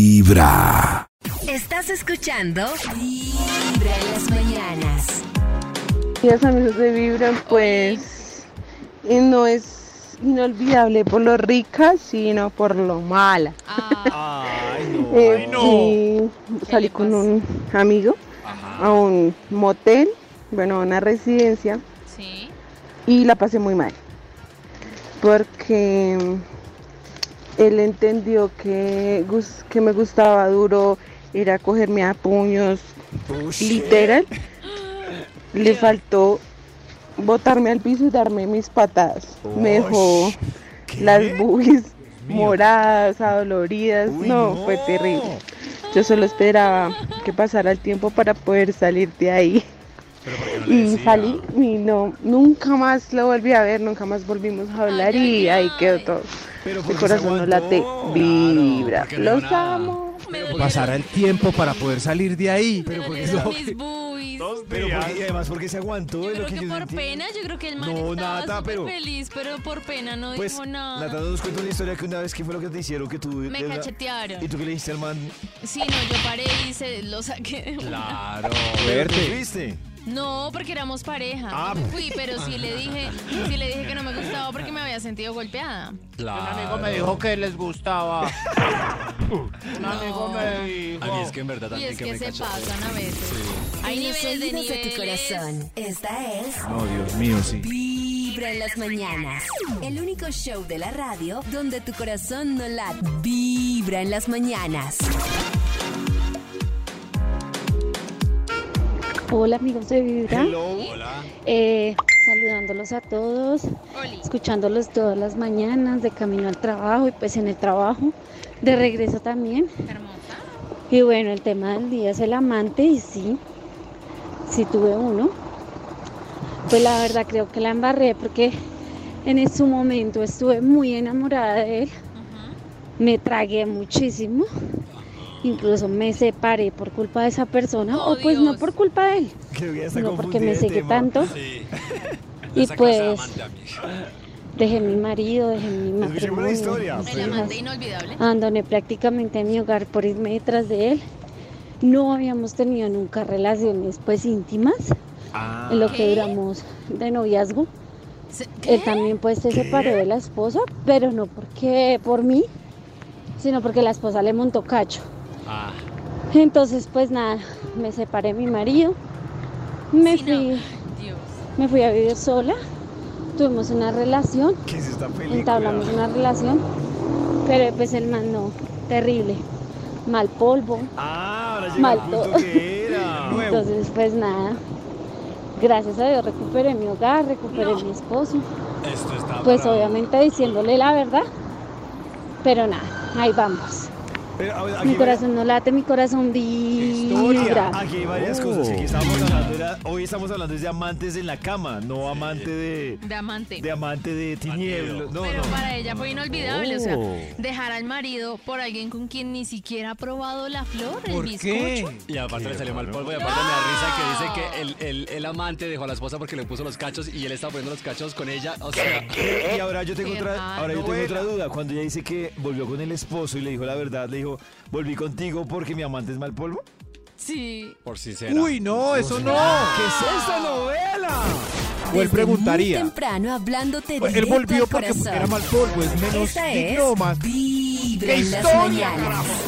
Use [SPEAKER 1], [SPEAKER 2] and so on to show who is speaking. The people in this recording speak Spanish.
[SPEAKER 1] Vibra.
[SPEAKER 2] Estás escuchando Vibra en las mañanas.
[SPEAKER 3] Días amigos de Vibra, pues y no es inolvidable por lo rica, sino por lo mala.
[SPEAKER 4] Ah. Ay, no.
[SPEAKER 3] Eh,
[SPEAKER 4] Ay, no.
[SPEAKER 3] sí, salí con un amigo a un motel, bueno, a una residencia,
[SPEAKER 5] Sí.
[SPEAKER 3] y la pasé muy mal. Porque mm, él entendió que, gus- que me gustaba duro, ir a cogerme a puños, literal. Le faltó botarme al piso y darme mis patadas. Me dejó las boobies moradas, adoloridas.
[SPEAKER 4] Uy,
[SPEAKER 3] no,
[SPEAKER 4] no.
[SPEAKER 3] fue terrible. Yo solo esperaba que pasara el tiempo para poder salir de ahí.
[SPEAKER 4] Pero ¿por qué no le
[SPEAKER 3] Y
[SPEAKER 4] decía?
[SPEAKER 3] salí y no, nunca más lo volví a ver, nunca más volvimos a hablar
[SPEAKER 5] Ay, ay,
[SPEAKER 3] y ahí quedó
[SPEAKER 5] ay.
[SPEAKER 3] todo.
[SPEAKER 4] Pero
[SPEAKER 3] Mi
[SPEAKER 4] porque
[SPEAKER 3] corazón no
[SPEAKER 4] se
[SPEAKER 3] late,
[SPEAKER 4] aguantó.
[SPEAKER 3] vibra.
[SPEAKER 4] Claro, porque no
[SPEAKER 3] Los
[SPEAKER 4] dijo nada.
[SPEAKER 3] amo.
[SPEAKER 5] Me
[SPEAKER 6] Pasará el tiempo para poder salir de ahí.
[SPEAKER 5] Pero
[SPEAKER 4] porque
[SPEAKER 5] porque
[SPEAKER 4] no-
[SPEAKER 5] mis boobies. Yo
[SPEAKER 4] Dos Pero porque- y además porque se aguantó. es
[SPEAKER 5] creo
[SPEAKER 4] lo que
[SPEAKER 5] que
[SPEAKER 4] yo no
[SPEAKER 5] por
[SPEAKER 4] entiendo.
[SPEAKER 5] pena, yo creo que el man
[SPEAKER 4] No,
[SPEAKER 5] estaba
[SPEAKER 4] Nata,
[SPEAKER 5] súper
[SPEAKER 4] pero-
[SPEAKER 5] feliz, pero por pena no
[SPEAKER 4] Pues,
[SPEAKER 5] dijo nada.
[SPEAKER 4] Nata, nos cuenta una historia que una vez que fue lo que te hicieron que tú...
[SPEAKER 5] Me
[SPEAKER 4] de la-
[SPEAKER 5] cachetearon.
[SPEAKER 4] ¿Y tú qué le dijiste al man?
[SPEAKER 5] Sí, no, yo paré y se lo saqué de una.
[SPEAKER 4] Claro.
[SPEAKER 6] Fuerte.
[SPEAKER 4] ¿Viste?
[SPEAKER 5] No, porque éramos pareja.
[SPEAKER 4] Ah,
[SPEAKER 5] No me fui, pero sí le dije, sí le dije que no me gustaba porque me había sentido golpeada.
[SPEAKER 4] Claro.
[SPEAKER 7] Un amigo me dijo que les gustaba. Un amigo me dijo.
[SPEAKER 4] A mí es que en verdad
[SPEAKER 5] Y
[SPEAKER 4] también
[SPEAKER 5] es que
[SPEAKER 4] me
[SPEAKER 5] se
[SPEAKER 4] cachetearon.
[SPEAKER 5] pasan a veces. Hay
[SPEAKER 2] en los
[SPEAKER 5] niveles de
[SPEAKER 2] oídos de tu
[SPEAKER 5] niveles.
[SPEAKER 2] corazón. Esta es
[SPEAKER 4] No, oh, Dios mío, sí.
[SPEAKER 2] Vibra en las mañanas. El único show de la radio donde tu corazón no late. Vibra en las mañanas.
[SPEAKER 8] Hola amigos de Vibra,
[SPEAKER 4] Hola.
[SPEAKER 8] Eh, saludándolos a todos,
[SPEAKER 5] Oli.
[SPEAKER 8] escuchándolos todas las mañanas de camino al trabajo y pues en el trabajo, de regreso también.
[SPEAKER 5] Hermosa.
[SPEAKER 8] Y bueno, el tema del día es el amante y sí, sí tuve uno. Pues la verdad creo que la embarré porque en su momento estuve muy enamorada de él, me tragué muchísimo, incluso me separé por culpa de esa persona
[SPEAKER 5] Oh,
[SPEAKER 8] o pues no
[SPEAKER 5] Dios.
[SPEAKER 8] por culpa de él.
[SPEAKER 4] Creo que ya está
[SPEAKER 8] No, porque
[SPEAKER 4] confundida
[SPEAKER 8] me
[SPEAKER 4] de
[SPEAKER 8] seguí
[SPEAKER 4] tema.
[SPEAKER 8] tanto. Y pues dejé mi marido, dejé mi
[SPEAKER 4] Escuchemos la historia.
[SPEAKER 8] matrimonio. mis
[SPEAKER 5] El
[SPEAKER 4] pero-
[SPEAKER 5] amante
[SPEAKER 8] hijas.
[SPEAKER 5] inolvidable.
[SPEAKER 8] Abandoné prácticamente mi hogar por irme detrás de él. No habíamos tenido nunca relaciones pues íntimas
[SPEAKER 4] Ah,
[SPEAKER 8] en lo que
[SPEAKER 5] ¿Qué?
[SPEAKER 8] duramos de noviazgo.
[SPEAKER 5] Se-
[SPEAKER 8] Él también pues se separó de la esposa, pero no porque por mí, sino porque la esposa le montó cacho.
[SPEAKER 4] ah.
[SPEAKER 8] Entonces pues nada, me separé de mi marido, me
[SPEAKER 5] Sí, no.
[SPEAKER 8] fui,
[SPEAKER 5] Dios.
[SPEAKER 8] me fui a vivir sola, tuvimos una relación
[SPEAKER 4] ¿Qué es esta película?
[SPEAKER 8] entablamos una relación, pero pues el man no, terrible, mal polvo.
[SPEAKER 4] Ah, ahora llega
[SPEAKER 8] Mal
[SPEAKER 4] el punto
[SPEAKER 8] todo.
[SPEAKER 4] que era.
[SPEAKER 8] Entonces pues nada, gracias a Dios recuperé mi hogar, recuperé mi esposo,
[SPEAKER 4] Esto está
[SPEAKER 8] pues
[SPEAKER 4] bravo.
[SPEAKER 8] obviamente diciéndole la verdad, pero nada, ahí vamos.
[SPEAKER 4] Pero, a ver, aquí
[SPEAKER 8] Mi
[SPEAKER 4] hay-
[SPEAKER 8] corazón no late, mi corazón vibra.
[SPEAKER 4] Historia. Aquí hay varias cosas. Aquí estábamos hablando era- hoy estamos hablando es de amantes en la cama, no amante de,
[SPEAKER 5] De amante.
[SPEAKER 4] de amante de tinieblas. No,
[SPEAKER 5] Pero
[SPEAKER 4] no.
[SPEAKER 5] para ella fue inolvidable, o sea,
[SPEAKER 4] Oh.
[SPEAKER 5] dejar al marido por alguien con quien ni siquiera ha probado la flor, el
[SPEAKER 6] ¿Por
[SPEAKER 5] bizcocho.
[SPEAKER 6] qué?
[SPEAKER 9] Y aparte le salió mal polvo y aparte me da risa que dice que el, el- el amante dejó a la esposa porque le puso los cachos y él estaba poniendo los cachos con ella. O sea,
[SPEAKER 4] Y ahora yo tengo
[SPEAKER 5] Qué
[SPEAKER 4] otra,
[SPEAKER 5] raro.
[SPEAKER 4] ahora yo tengo otra duda. Cuando ella dice que volvió con el esposo y le dijo la verdad, le dijo, volví contigo porque mi amante es mal polvo.
[SPEAKER 5] Sí.
[SPEAKER 9] por si será.
[SPEAKER 6] Uy, no, eso no.
[SPEAKER 4] ¿Qué es esta novela?
[SPEAKER 6] O él
[SPEAKER 2] Desde
[SPEAKER 6] preguntaría.
[SPEAKER 2] Muy temprano hablándote
[SPEAKER 6] Él
[SPEAKER 2] directo
[SPEAKER 6] volvió
[SPEAKER 2] al
[SPEAKER 6] porque
[SPEAKER 2] corazón.
[SPEAKER 6] era mal polvo, es menos
[SPEAKER 2] Esta es
[SPEAKER 6] digno, más.
[SPEAKER 2] Vibra
[SPEAKER 6] ¡Qué
[SPEAKER 2] en las
[SPEAKER 6] historia,
[SPEAKER 2] mañanas.